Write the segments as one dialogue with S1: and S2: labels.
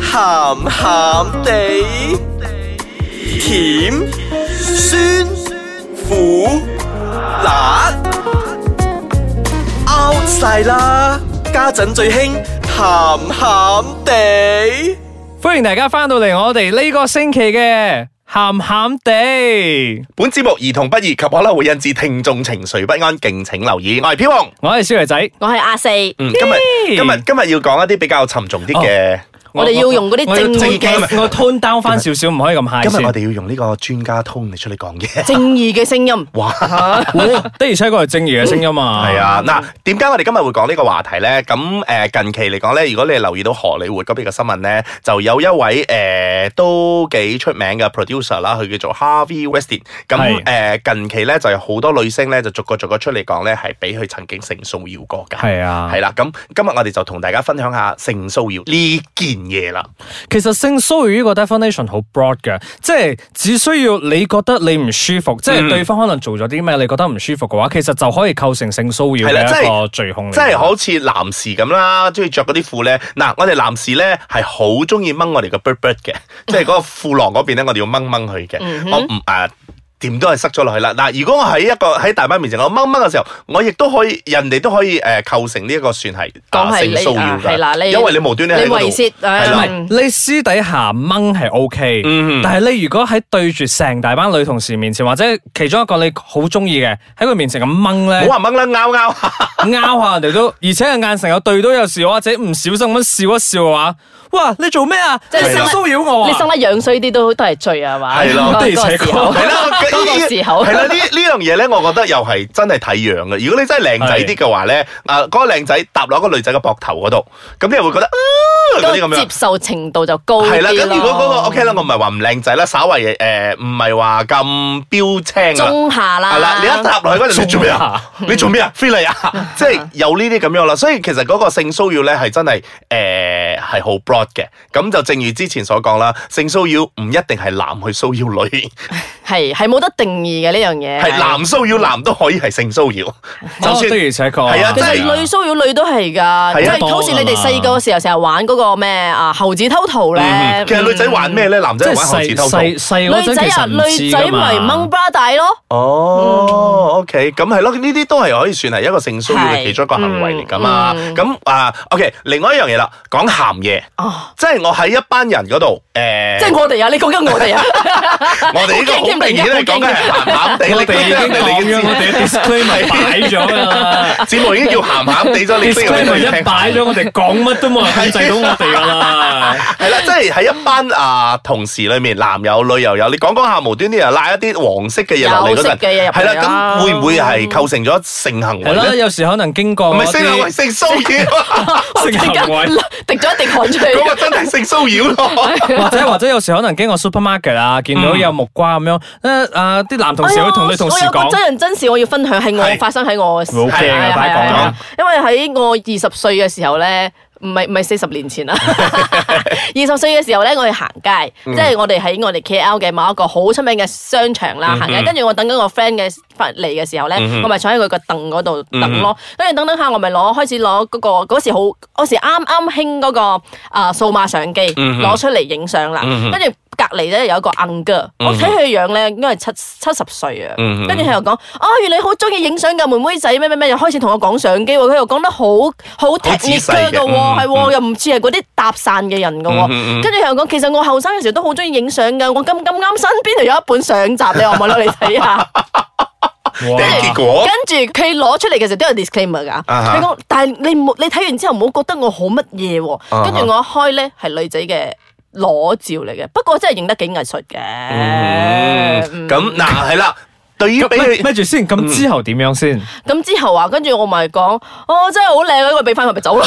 S1: 鹹鹹地，甜酸苦辣 out 晒啦！家陣最興鹹鹹地。
S2: 歡迎大家翻到嚟我哋呢個星期嘅咸咸地，
S3: 本節目兒童不宜及可能會引致聽眾情緒不安，敬請留意。我係飄紅，
S2: 我係小肥仔，
S4: 我係阿四，
S3: 嗯，今日
S2: 耶
S3: 今日今日要講一啲比較沉重啲嘅，
S4: 我哋要用嗰啲正義嘅
S2: 我我 tone down 翻少少，唔可以咁 high
S3: 今日
S2: 先。
S3: 我哋要用呢個專家通嚟出嚟講嘢。
S4: 正義嘅聲音。
S3: 哇，
S2: 哦的而且確係正義嘅聲音啊，
S3: 係，啊，嗱，點解我哋今日會講呢個話題咧？咁誒近期嚟講咧，如果你係留意到荷里活嗰邊嘅新聞咧，就有一位誒都幾出名嘅 producer 啦，佢叫做 Harvey Weinstein。咁誒近期咧就有好多女星咧就逐個逐個出嚟講咧，係俾佢曾經性騷擾過㗎。
S2: 係啊
S3: 係，啦，咁今日我哋就同大家分享下性騷擾呢件嘢啦。
S2: 其實性騷擾呢個 definition 好 broad 嘅，即係只需要你覺得你唔舒服，即
S3: 嗯
S2: 係對方可能做咗啲咩，你覺得唔舒服嘅話，其實就可以構成性騷擾
S3: 係啦即
S2: 嘅
S3: 係
S2: 一個罪控嚟嘅。
S3: 即係好似男士咁啦，中意着嗰啲褲咧。嗱，我哋男士咧係好中意掹我哋個 bird bird 嘅，即係嗰個褲浪嗰邊咧，我哋要掹掹佢
S4: 嗯
S3: 嘅。我唔啊。點都係塞咗落去啦！嗱，如果我喺一個喺大媽面前我掹掹嘅時候，我亦都可以，人哋都可以誒、呃、構成呢一個算係
S4: 講係
S3: 性
S4: 你
S3: 騷擾
S4: 啊係啦
S3: 㗎，
S4: 你
S3: 因為你無端端喺
S4: 你
S3: 嗰
S4: 猥褻
S3: 度，係啦
S4: 啊，嗯
S2: 你私底下掹係 O K，
S3: 嗯
S2: 但係你如果喺對住成大班女同事面前，或者其中一個你好中意嘅喺佢面前咁掹
S3: 唔
S2: 咧，
S3: 好話掹啦，拗拗下。
S2: 拗下人哋都，而且係眼神有對到有時，或者唔小心咁笑一笑嘅話，哇！你做咩啊？
S4: 即係
S2: 你想
S4: 你
S2: 騷擾我
S4: 你
S2: 啊
S4: 生？得樣衰啲都都係罪啊係嘛？
S3: 係咯
S4: 嗰個
S2: 的而且確
S4: 時候
S3: 係啦，
S4: 嗰個時候
S3: 係啦，呢呢樣嘢咧，我覺得又係真係睇樣嘅。如果你真係靚仔啲嘅話咧，啊嗰個靚仔搭落個女仔嘅膊頭嗰度，咁你又會覺得啊嗰啲咁
S4: 嗰個接
S3: 樣。
S4: 受程度就高
S3: 係
S4: 啲
S3: 啦，
S4: 咯。
S3: 咁如果嗰個 OK 啦，我唔係話唔靚仔啦，稍為誒唔係話咁標青啦。
S4: 中下啦，
S3: 係啦，你一搭落去嗰陣，你做咩啊？你做 咩啊？非禮啊！即係有呢啲咁樣啦，所以其實嗰個性騷擾咧係真係誒係好 broad 嘅。咁就正如之前所講啦，性騷擾唔一定係男去騷擾女。
S4: 係係冇得定義嘅呢樣嘢。
S3: 係男騷擾男都可以係性騷擾，就
S2: 哦的
S3: 算
S2: 而且確
S3: 係啊
S4: 其
S3: 真
S4: 實
S3: 係
S4: 女騷擾女都係㗎，
S3: 係
S4: 即
S3: 啊
S4: 係好似你哋細個嘅時候成日玩嗰個咩啊猴子偷桃咧。
S3: 其實女仔玩咩咧，男
S2: 即
S3: 仔
S2: 係
S3: 玩猴
S2: 細
S3: 子偷桃。
S2: 細細嗰
S4: 女仔
S2: 陣其
S4: 啊，
S2: 實唔
S4: 女
S2: 知
S4: 仔
S2: 㗎
S4: 咪掹
S2: 嘛。
S4: bra 帶咯。
S3: 哦，OK，咁係咯，呢啲都係可以算係一個性騷擾嘅
S4: 係
S3: 其中一個行為嚟噶嘛
S4: 嗯嗯。
S3: 咁啊，OK，另外一樣嘢啦，講鹹嘢，
S4: 哦，
S3: 即係我喺一班人嗰度，誒，
S4: 即係我哋啊，你講緊我哋啊。
S3: 我哋呢個好明顯係講緊係鹹鹹地，
S2: 我哋已經講咗，我哋嘅 disclaimer 擺咗㗎啦。
S3: 節目已經叫鹹鹹地咗，你識
S2: disclaimer 一擺咗，我哋講乜都冇人控制到我哋㗎啦。
S3: 係啦，即係喺一班啊同事裏面，男有女又有，你講講下無端端又拉一啲黃色嘅嘢落嚟嗰
S4: 有色嘅
S3: 陣，
S4: 嘢入嚟
S3: 係啦，
S4: 啦
S3: 咁會唔會係構成咗性行為
S2: 係啦，
S3: 咧？
S2: 有時可能經過
S3: 唔
S2: 嗰
S3: 係性 行為，
S2: 啲
S3: 性騷 擾，
S2: 性行為。
S4: 滴咗一滴汗出嚟
S3: 嗰。個真係性騷 擾咯。
S2: 或者或者有時可能經過 supermarket 啊，見
S3: 嗯
S2: 到有木瓜咁樣，誒誒啲男同事會同女同事
S4: 哎我有個
S2: 講，
S4: 真人真事我要分享，係我
S3: 係
S4: 發生喺我嘅事。
S2: 好驚啊
S4: 係
S2: 快講
S4: 係
S2: 啊
S4: 係因為喺我二十歲嘅時候咧。唔係唔係四十 年前啦， 二十歲嘅時候咧，我去行街，即係我哋喺我哋 K L 嘅某一個好出名嘅商場啦行街，跟住我等緊我 friend 嘅翻嚟嘅時候咧，我咪坐喺佢個凳嗰度等咯，跟住等等下我咪攞開始攞嗰個嗰時好嗰時啱啱興嗰個啊數碼相機攞出嚟影相啦，
S3: 嗯
S4: 跟住隔離咧有一個 u 哥，我睇佢樣咧應該係七七十歲啊，
S3: 嗯
S4: 跟住佢又講啊，原來你好中意影相㗎，妹妹仔咩咩咩，又開始同我講相機喎，佢又講得好好 t
S3: 仔
S4: e
S3: 細
S4: c h n i
S3: 嘅
S4: c a 㗎
S3: 嗯
S4: 喎，係喎，又唔似係嗰啲搭訕嘅人㗎
S3: 嗯嗯嗯
S4: 喎，跟住佢又講其實我後生嘅時候都好中意影相㗎，我咁咁啱身邊就有一本相集，你可唔可以攞嚟睇下？
S2: 哇
S3: 結果
S4: 跟住佢攞出嚟嘅時候都有 disclaimer 㗎，
S3: 哈
S4: 佢講但係你冇你睇完之後唔好覺得我好乜嘢喎，
S3: 哈
S4: 跟住我一開咧係女仔嘅裸照嚟嘅，不過真係影得幾藝術嘅。嗯
S3: 咁嗱係啦，對於
S2: 咁
S3: 俾
S2: 咪
S3: 佢嗯
S2: 咪住先，咁之後點樣先？
S4: 咁之後啊，跟住我咪講，哦，真係好靚啊！我俾翻佢咪走啦，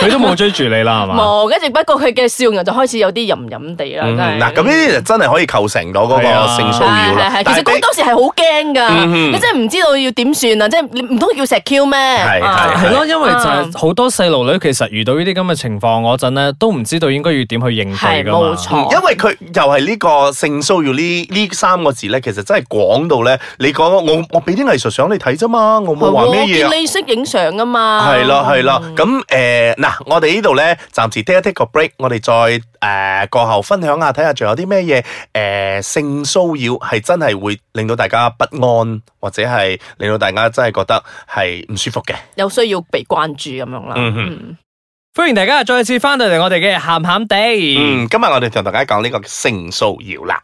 S2: 佢都冇追住你啦，係嘛？
S4: 冇。跟住不過佢嘅笑容就開始有啲吟吟地啦，真係。
S3: 嗯嗱咁呢啲就真係可以構成到嗰個
S2: 係啊
S3: 性騷擾
S4: 係係
S3: 啦
S4: 係，。其
S3: 但
S4: 實
S3: 係俾
S4: 嗰當時係好驚㗎，
S3: 嗯
S4: 你真係唔知道要點算啊！即係你唔通叫石 Q 咩？
S3: 係
S4: 啊
S2: 係咯，因為就係好多細路女其實遇到呢啲咁嘅情況嗰陣咧，都唔知道應該要點去應對
S4: 係
S2: 㗎
S4: 冇
S2: 嘛。
S3: 嗯
S4: 錯。
S3: 因為佢又係呢個性騷擾呢呢三個字咧，其實真係廣廣到咧，你講我我俾啲藝術相你睇啫嘛，我冇話咩嘢
S4: 我
S3: 啊。
S4: 見你識影相噶嘛？
S3: 係啦係啦，咁诶嗱，我哋呢度咧暫時 take 一 take 個 break，我哋再诶過後分享下睇下仲有啲咩嘢诶性騷擾係真係會令到大家不安，或者係令到大家真係覺得係唔舒服嘅。
S4: 有需要被關注咁樣啦。
S3: 嗯哼
S4: 嗯
S2: 欢迎大家再次翻到嚟我哋嘅咸咸地。
S3: 嗯，今日我哋同大家講呢個性騷擾啦。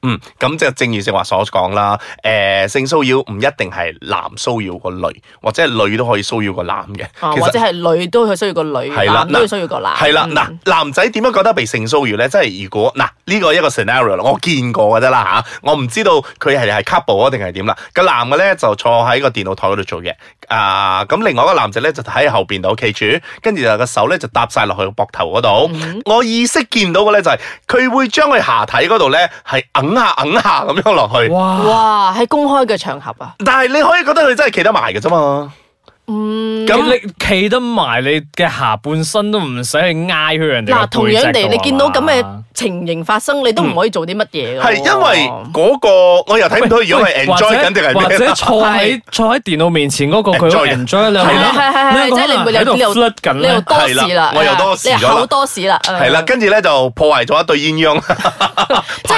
S3: 嗯，咁就正如正話所講啦，诶、性騷擾唔一定係男騷擾個女，或者係女都可以騷擾個男嘅。
S4: 啊
S3: 其實
S4: 或者係女都去需要個女，
S3: 係啦
S4: 男都去需要個男。
S3: 係啦，
S4: 嗯
S3: 嗱、男仔點樣覺得被性騷擾咧？即係如果嗱呢個一個 scenario，啦我見過嘅啫啦吓，我唔知道佢係係 couple 啊定係點啦。個男嘅咧就坐喺個電腦台嗰度做嘢，啊咁另外一個男仔咧就喺後邊度企住，跟住就個手咧就搭晒落去個膊頭嗰度。
S2: 嗯
S3: 我意識見到嘅咧就係、佢會將佢下體嗰度咧係揞下揞下咁樣落去，
S2: 哇！
S4: 哇，喺公開嘅場合啊，
S3: 但係你可以覺得佢真係企得埋嘅啫嘛。
S4: 嗯。
S2: 咁你企得埋你嘅下半身都唔使去挨去人哋
S4: 嗱，同樣
S2: 啊
S3: 啊
S4: 地，你見到咁嘅
S2: 嘅
S4: 情形發生，你都唔可以做啲乜
S3: 嗯
S4: 嘢㗎喎
S3: 係因為嗰、個我又睇唔到，如果係 enjoy 緊定係咩啦
S2: 哦
S3: 啊
S2: 或者坐 喺坐喺電腦面前嗰個佢
S3: Enjoy 緊
S2: enjoy 你
S4: 係啦，係係係，
S2: 你
S4: 係即係你會
S2: 啊喺度
S4: 你又
S2: flirt 緊啊
S4: 你又
S2: 咧。
S4: 多事
S3: 係
S4: 啦
S3: 啦，我又多事咗啦
S4: 你又口多事啦，
S3: 系啦，
S4: 嗯
S3: 跟住咧就破壞咗一對鴛鴦，
S4: 即係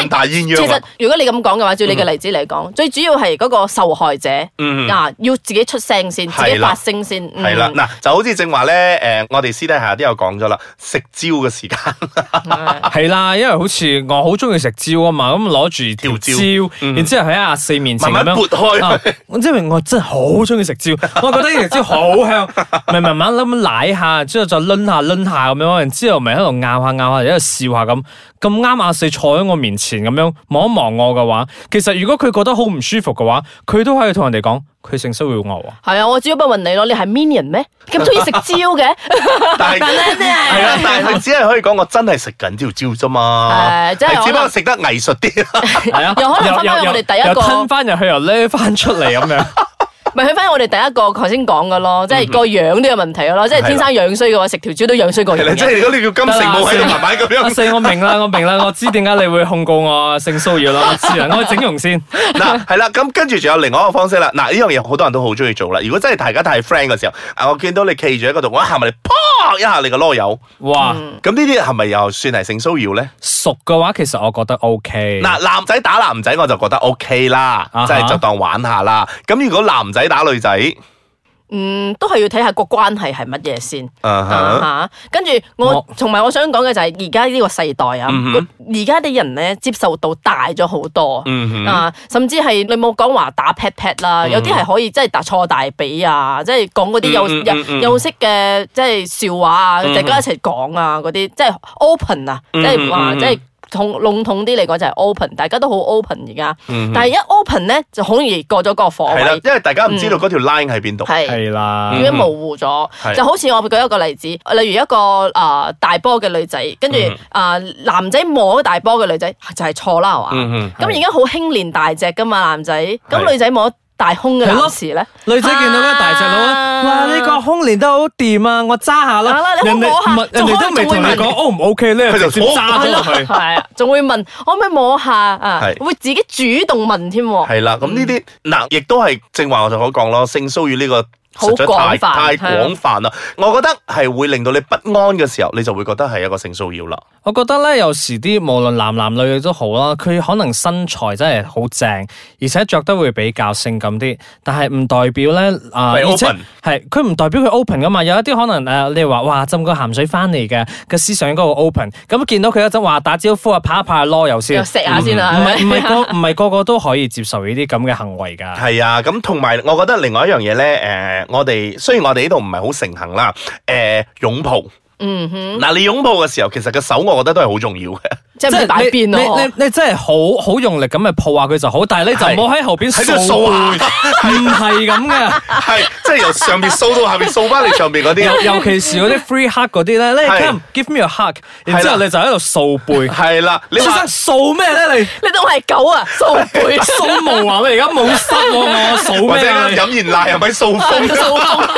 S3: 龐大鴛
S4: 其
S3: 鴦
S4: 實
S3: 啊！
S4: 如果你咁講嘅話，照你嘅例子嚟講，最主要係嗰個受害者
S3: 嗯
S4: 啊，要自己出聲先，自己
S3: 係啦
S4: 發聲先，嗯
S3: 係啦，，嗱就好似正話咧，诶，我哋私底下都有講咗啦，食蕉嘅時間
S4: 係
S2: 係啦，因為好似我好中意食蕉啊嘛，咁攞住條
S3: 條
S2: 蕉，然之後喺阿四面前
S3: 慢
S2: 咁
S3: 慢
S2: 樣
S3: 撥開
S2: 啊
S4: 哦
S3: 佢。
S2: 我因為我真係好中意食蕉，我覺得呢條蕉好 香，咪慢慢咁舐下，之後再攆下攆下咁樣，然之後咪喺度咬下咬下，喺度笑下咁。咁啱阿四坐喺我面前咁樣望一望我嘅話，其實如果佢覺得好唔舒服嘅話，佢都可以同人哋講佢性騷擾我啊。
S4: 係啊，我只不過問你咯，你係 minion 咩？咁中意食蕉嘅？
S3: 但係係啦，但係佢只係可以講我真係食緊條蕉啫嘛，
S4: 係即係
S3: 係只不
S4: 可
S3: 過
S4: 能
S3: 食得藝術啲，
S2: 係啊，
S4: 又可能分
S2: 又
S4: 翻
S2: 又
S4: 我哋第一個
S2: 又吞翻入去，又孭翻出嚟咁 樣。
S4: 咪去翻我哋第一個頭先講嘅咯，即係個樣都有問題嘅咯，即係天生樣衰嘅話，食條蕉都樣衰
S3: 嗯
S4: 過
S3: 係啦
S4: 人
S3: 即
S4: 嘅。
S3: 係如果你叫金城武喺度慢慢咁
S2: 阿
S3: 樣。
S2: 四，我明啦，我明啦，我知點解你會控告我性騷擾啦，我知啦，我去整容先。
S3: 嗱，係啦，咁跟住仲有另外一個方式啦。嗱，呢樣嘢好多人都好中意做啦。如果真係大家太 friend 嘅時候，啊，我見到你企住喺嗰度，我一行埋嚟，啪一下你個啰柚，
S2: 哇，
S4: 嗯
S3: 咁呢啲係咪又算係性騷擾咧？
S2: 熟嘅話其實我覺得 OK。
S3: 嗱，男仔打男仔我就覺得 O K 啦，
S2: 啊哈
S3: 即係就當玩下啦。咁如果男仔打女仔，
S4: 嗯，都係要睇下個關係係乜嘢先。
S3: 啊哈
S4: 啊哈跟住我
S2: 我
S4: 同埋我想講嘅就係而家呢個世代啊，
S3: 嗯哼
S4: 而家啲人咧接受度大咗好多。
S3: 嗯哼，
S4: 啊，甚至係你冇講話打 pat pat 啦，有啲係可以即係打錯大髀啊，即係講嗰啲有
S3: 嗯嗯嗯
S4: 有
S3: 嗯
S4: 有識嘅即係笑話啊，
S3: 嗯
S4: 大家一齊講啊嗰啲，即係 open 啊，即
S3: 嗯
S4: 係話
S3: 嗯嗯
S4: 即係統籠統啲嚟講就係 open，大家都好 open 而家，
S3: 嗯
S4: 但係一 open 咧就好容易過咗個火
S3: 係啦
S4: 位，，
S3: 因為大家唔知道嗰條 line 喺邊度，
S4: 嗯係。嗯
S2: 係啊啦，
S4: 已經模糊咗，
S3: 係
S4: 就好似我舉一個例子，例如一個啊、大波嘅女仔，跟住
S3: 嗯
S4: 啊男仔摸大波嘅女仔啊就係、錯啦，係嘛？
S3: 嗯
S4: 咁
S2: 係
S4: 而家好興練大隻噶嘛，男仔，咁
S3: 係
S4: 女仔摸大胸嘅
S2: 係咯
S4: 男士咧，
S2: 女仔見到咧大隻佬咧，
S4: 啊
S2: 哇！呢個胸連得好掂啊，我揸下
S4: 係
S2: 啦
S4: 啦。你
S2: 人哋
S4: 摸下
S2: 唔係人哋都未同你
S4: 仲可以
S2: 講 O 唔 OK 咧，
S3: 佢就
S2: 直接揸咗落去。
S4: 係啊，仲會問可唔可以摸下啊，
S3: 係
S4: 會自己主動問添喎，
S3: 係啦。咁呢啲嗱，亦都係正話我就所講咯，性騷擾呢個。
S4: 嗯好
S3: 實在太
S4: 廣泛
S3: 太
S4: 係啊
S3: 廣泛啦！我覺得係會令到你不安嘅時候，你就會覺得係一個性騷擾啦。
S2: 我覺得咧，有時啲無論男男女女都好啦，佢可能身材真係好正，而且着得會比較性感啲，但係唔代表咧啊，
S3: 係
S2: 而且
S3: open
S2: 係佢唔代表佢 open 噶嘛。有一啲可能誒、呃你話哇浸個鹹水翻嚟嘅嘅思想嗰個 open，咁見到佢嗰陣話打招呼啊，拍一拍囉柚先
S4: 又，食下先啊啦，
S2: 唔係
S4: 係
S2: 唔
S4: 咪
S2: 係個唔係個個都可以接受呢啲咁嘅行為㗎。
S3: 係啊，咁同埋我覺得另外一樣嘢咧，誒、我哋雖然我哋呢度唔係好盛行啦，誒、擁抱，
S4: 嗯哼，
S3: 嗱、你擁抱嘅時候，其實個手我覺得都係好重要嘅。
S4: 即係唔
S2: 係
S4: 知擺
S2: 你
S4: 邊
S2: 你
S4: 咯
S2: 你，你真係好好用力咁去抱下佢就好，但係你就唔好喺後邊
S3: 喺度掃啊
S2: 背唔係咁嘅。
S3: 系，即系由上面掃到下面掃翻嚟上面嗰 啲。
S2: 尤尤其是嗰啲 free hug 嗰啲咧，你
S3: 係
S2: come give me a hug，然之後
S3: 係啦
S2: 你就喺度掃背，
S3: 係啦， 你
S2: 先
S3: 話
S2: 生掃咩咧你？
S4: 你當我係狗啊，掃背
S2: 掃毛啊！你而家冇濕喎，我掃
S3: 或
S2: 咩
S3: 者
S2: 啊？
S3: 飲完奶係咪掃風？
S4: 掃風，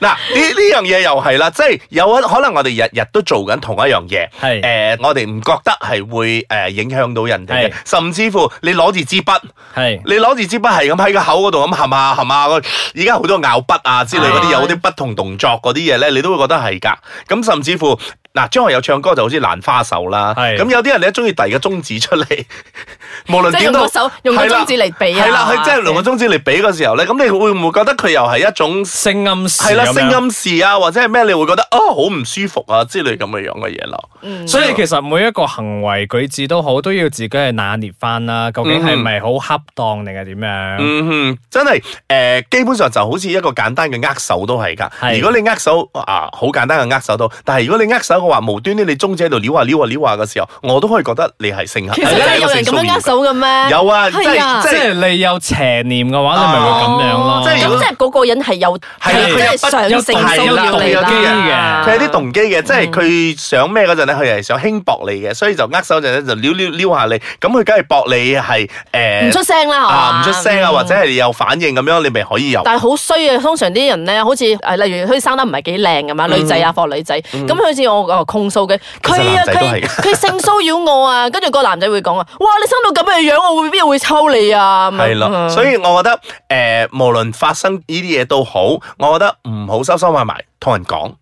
S3: 嗱，呢呢樣嘢又係啦，即係有一可能我哋日日都做緊同一樣嘢，
S2: 係
S3: 誒，我哋唔覺得係會誒影響到人哋
S2: 係，
S3: 嘅甚至乎你攞住支筆，
S2: 係
S3: 你攞住支筆係咁喺個口嗰度咁含下含下，而家好多咬筆啊之類嗰啲
S4: 係
S3: 有啲不同動作嗰啲嘢咧，你都會覺得係㗎。咁甚至乎嗱，張學友唱歌就好似蘭花手啦，
S2: 係
S3: 咁有啲人咧中意遞個中指出嚟， 無論
S4: 即係
S3: 點
S4: 用
S3: 都
S4: 個手用個
S3: 係啦
S4: 中指嚟比啊，
S3: 係啦，佢即係用個中
S4: 中
S3: 指嚟比嘅時候咧，咁你會唔會覺得佢又係一種
S2: 聲音
S3: 係啦
S2: 咁樣
S3: 聲音事啊，或者係咩？你會覺得啊好唔舒服啊之類咁嘅樣嘅嘢咯。
S2: 所以其實每一個行為舉止都好，都要自己去拿捏翻啦。究竟係咪好恰當定係點樣？
S3: 嗯哼，真係诶、呃基本上就好似一個簡單嘅握手都係㗎。
S2: 係
S3: 如果你握手啊，好簡單嘅握手都，但係如果你握手嘅話，無端端你中指喺度撩下撩下撩下嘅時候，我都可以覺得你係性
S4: 其實真係有人咁樣握手嘅咩？
S3: 有啊，即
S4: 係
S3: 係
S4: 啊
S3: 即
S2: 即
S3: 係。
S2: 係你有邪念嘅話，你咪會咁樣
S4: 哦
S2: 咯。
S3: 即係如果
S4: 咁即係嗰個人係有
S3: 係
S4: 即
S3: 佢有
S4: 係
S3: 不
S4: 上性騷
S3: 有動
S4: 擾你
S3: 有動機
S4: 啦，
S2: 嘅
S3: 佢有啲動機嘅，即係佢想咩嗰陣咧，佢係想輕薄你嘅，所以就握手嗰陣咧就撩撩撩下你，咁佢梗係薄你係誒
S4: 嗯唔出聲啦，係
S3: 啊
S4: 嘛
S3: 唔出聲啊，或者係有反應咁樣，你咪可以有。
S4: 但係好衰啊！通常啲人咧，好似誒，例如佢生得唔係幾靚咁樣，女仔啊，放女仔，咁好似我我控訴嘅，
S3: 其
S4: 佢
S3: 實
S4: 啊
S3: 男仔都係
S4: 佢 佢性騷擾我啊，跟住個男仔會講啊，哇！你生到咁嘅樣，我會邊會抽你啊？咁樣
S3: 係咯，所以我覺得誒、呃，無論發生呢啲嘢都好，我覺得唔好收收埋埋，同人講。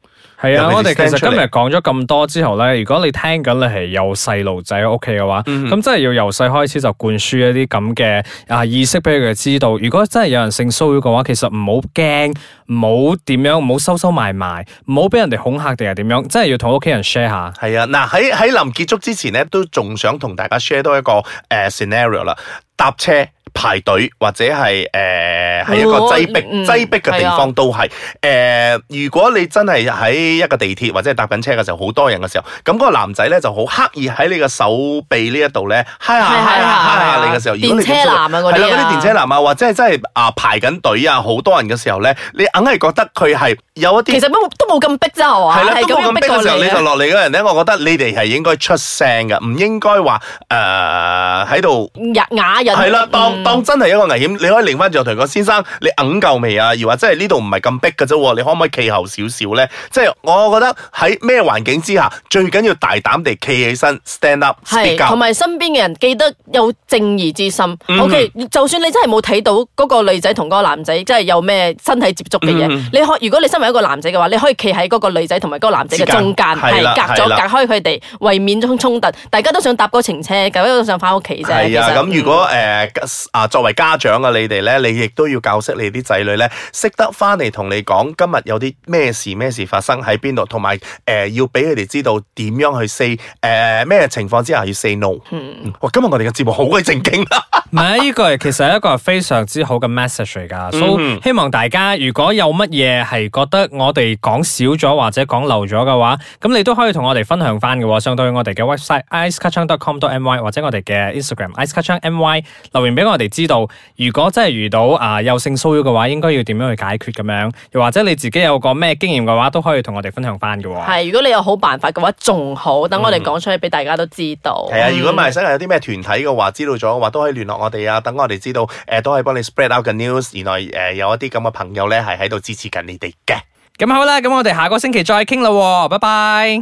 S2: 係啊，
S3: 尤
S2: 我
S3: 其
S2: 哋
S3: 是
S2: 其實
S3: stand 出嚟
S2: 今日講咗咁多之後咧，如果你聽緊你係有細路仔喺屋企嘅話，
S3: 嗯
S2: 咁真係要由細開始就灌輸一啲咁嘅啊意識俾佢哋知道。如果真係有人性騷擾嘅話，其實唔好驚，唔好點樣，唔好收收埋埋，唔好俾人哋恐嚇定係點樣，真係要同屋企人 share 下。
S3: 係啊，嗱喺喺臨結束之前咧，都仲想同大家 share 多一個誒、呃 scenario 啦，搭車排隊或者係誒喺一個
S4: 哦
S3: 擠迫
S4: 嗯
S3: 擠迫嘅地
S4: 係
S3: 方都係誒、呃如果你真係喺一個地鐵或者係搭緊車嘅時候，好多人嘅時候，咁、嗰個男仔咧就好刻意喺你嘅手臂呢一度咧嗨下
S4: 係係
S3: 嗨下
S4: 係
S3: 嗨下
S4: 係
S3: 你嘅時候，如果你
S4: 電車男啊嗰啲啊
S3: 係啦嗰啲電車男啊，或者係真係啊排緊隊啊，好多人嘅時候咧，你硬係覺得佢係有一啲
S4: 其。實都都冇咁逼啫，係嘛？
S3: 係啦，
S4: 係
S3: 都冇咁逼嘅時候，你
S4: 過
S3: 就
S4: 啊
S3: 落嚟嗰人咧，我覺得你哋係應該出聲嘅，唔應該話誒喺度。
S4: 啞啞人
S3: 係啦，當
S4: 嗯
S3: 當真係一個危險，你可以擰翻轉頭同佢講先生，你揞夠未啊？而話即係呢度唔係咁逼嘅啫喎，你可唔可以企後少少咧？即係我覺得喺咩環境之下，最緊要大膽地企起身，stand up，speak
S4: 係，
S3: up
S4: 同。埋身邊嘅人記得有正義之心。O
S3: 嗯
S4: K，就算你真係冇睇到嗰個女仔同嗰個男仔真係有咩身體接觸嘅
S3: 嗯
S4: 嘢，你可如果你身為一個男仔嘅話，你可以企喺嗰個女仔同埋嗰個男仔嘅中間，
S3: 之嗯間係
S4: 係
S3: 啦
S4: 隔咗
S3: 係啦
S4: 隔開佢哋，為免衝衝突，大家都想搭嗰程車，大家都想翻屋企啫。
S3: 係啊，
S4: 其實
S3: 咁如果誒啊作為家長嘅你哋咧，你亦都要教識你啲仔女咧，識得翻嚟同你講今日有啲咩事咩事發生喺邊度，同埋誒要俾佢哋知道點樣去 say 誒咩情況之下要 say no。嗯，哇！今日我哋嘅節目好鬼正經啊！
S2: 唔係，呢個係其實係一個非常之好嘅 message 嚟㗎，所以希望大家如果有乜嘢係覺得我哋講少咗或者講漏咗嘅話，咁你都可以同我哋分享翻嘅喎，上到去我哋嘅 website icekachang.com.my 或者我哋嘅 Instagram icekachangmy 留言俾我哋知道，如果真係遇到啊、有性騷擾嘅話，應該要點樣去解決咁樣，又或者你自己有個咩經驗嘅話，都可以同我哋分享翻嘅喎。
S4: 係，如果你有好辦法嘅話，仲好，等我
S3: 嗯
S4: 哋講出去俾大家都知道。
S3: 係啊，如果馬來西亞有啲咩團體嘅話，知道咗嘅話，都可以聯絡我哋啊，等我哋知道誒、都可以幫你 spread out 嘅 news。原來誒、有一啲咁嘅朋友咧，係喺度支持緊你哋嘅。
S2: 咁好啦，咁我哋下個星期再傾啦喎，拜拜。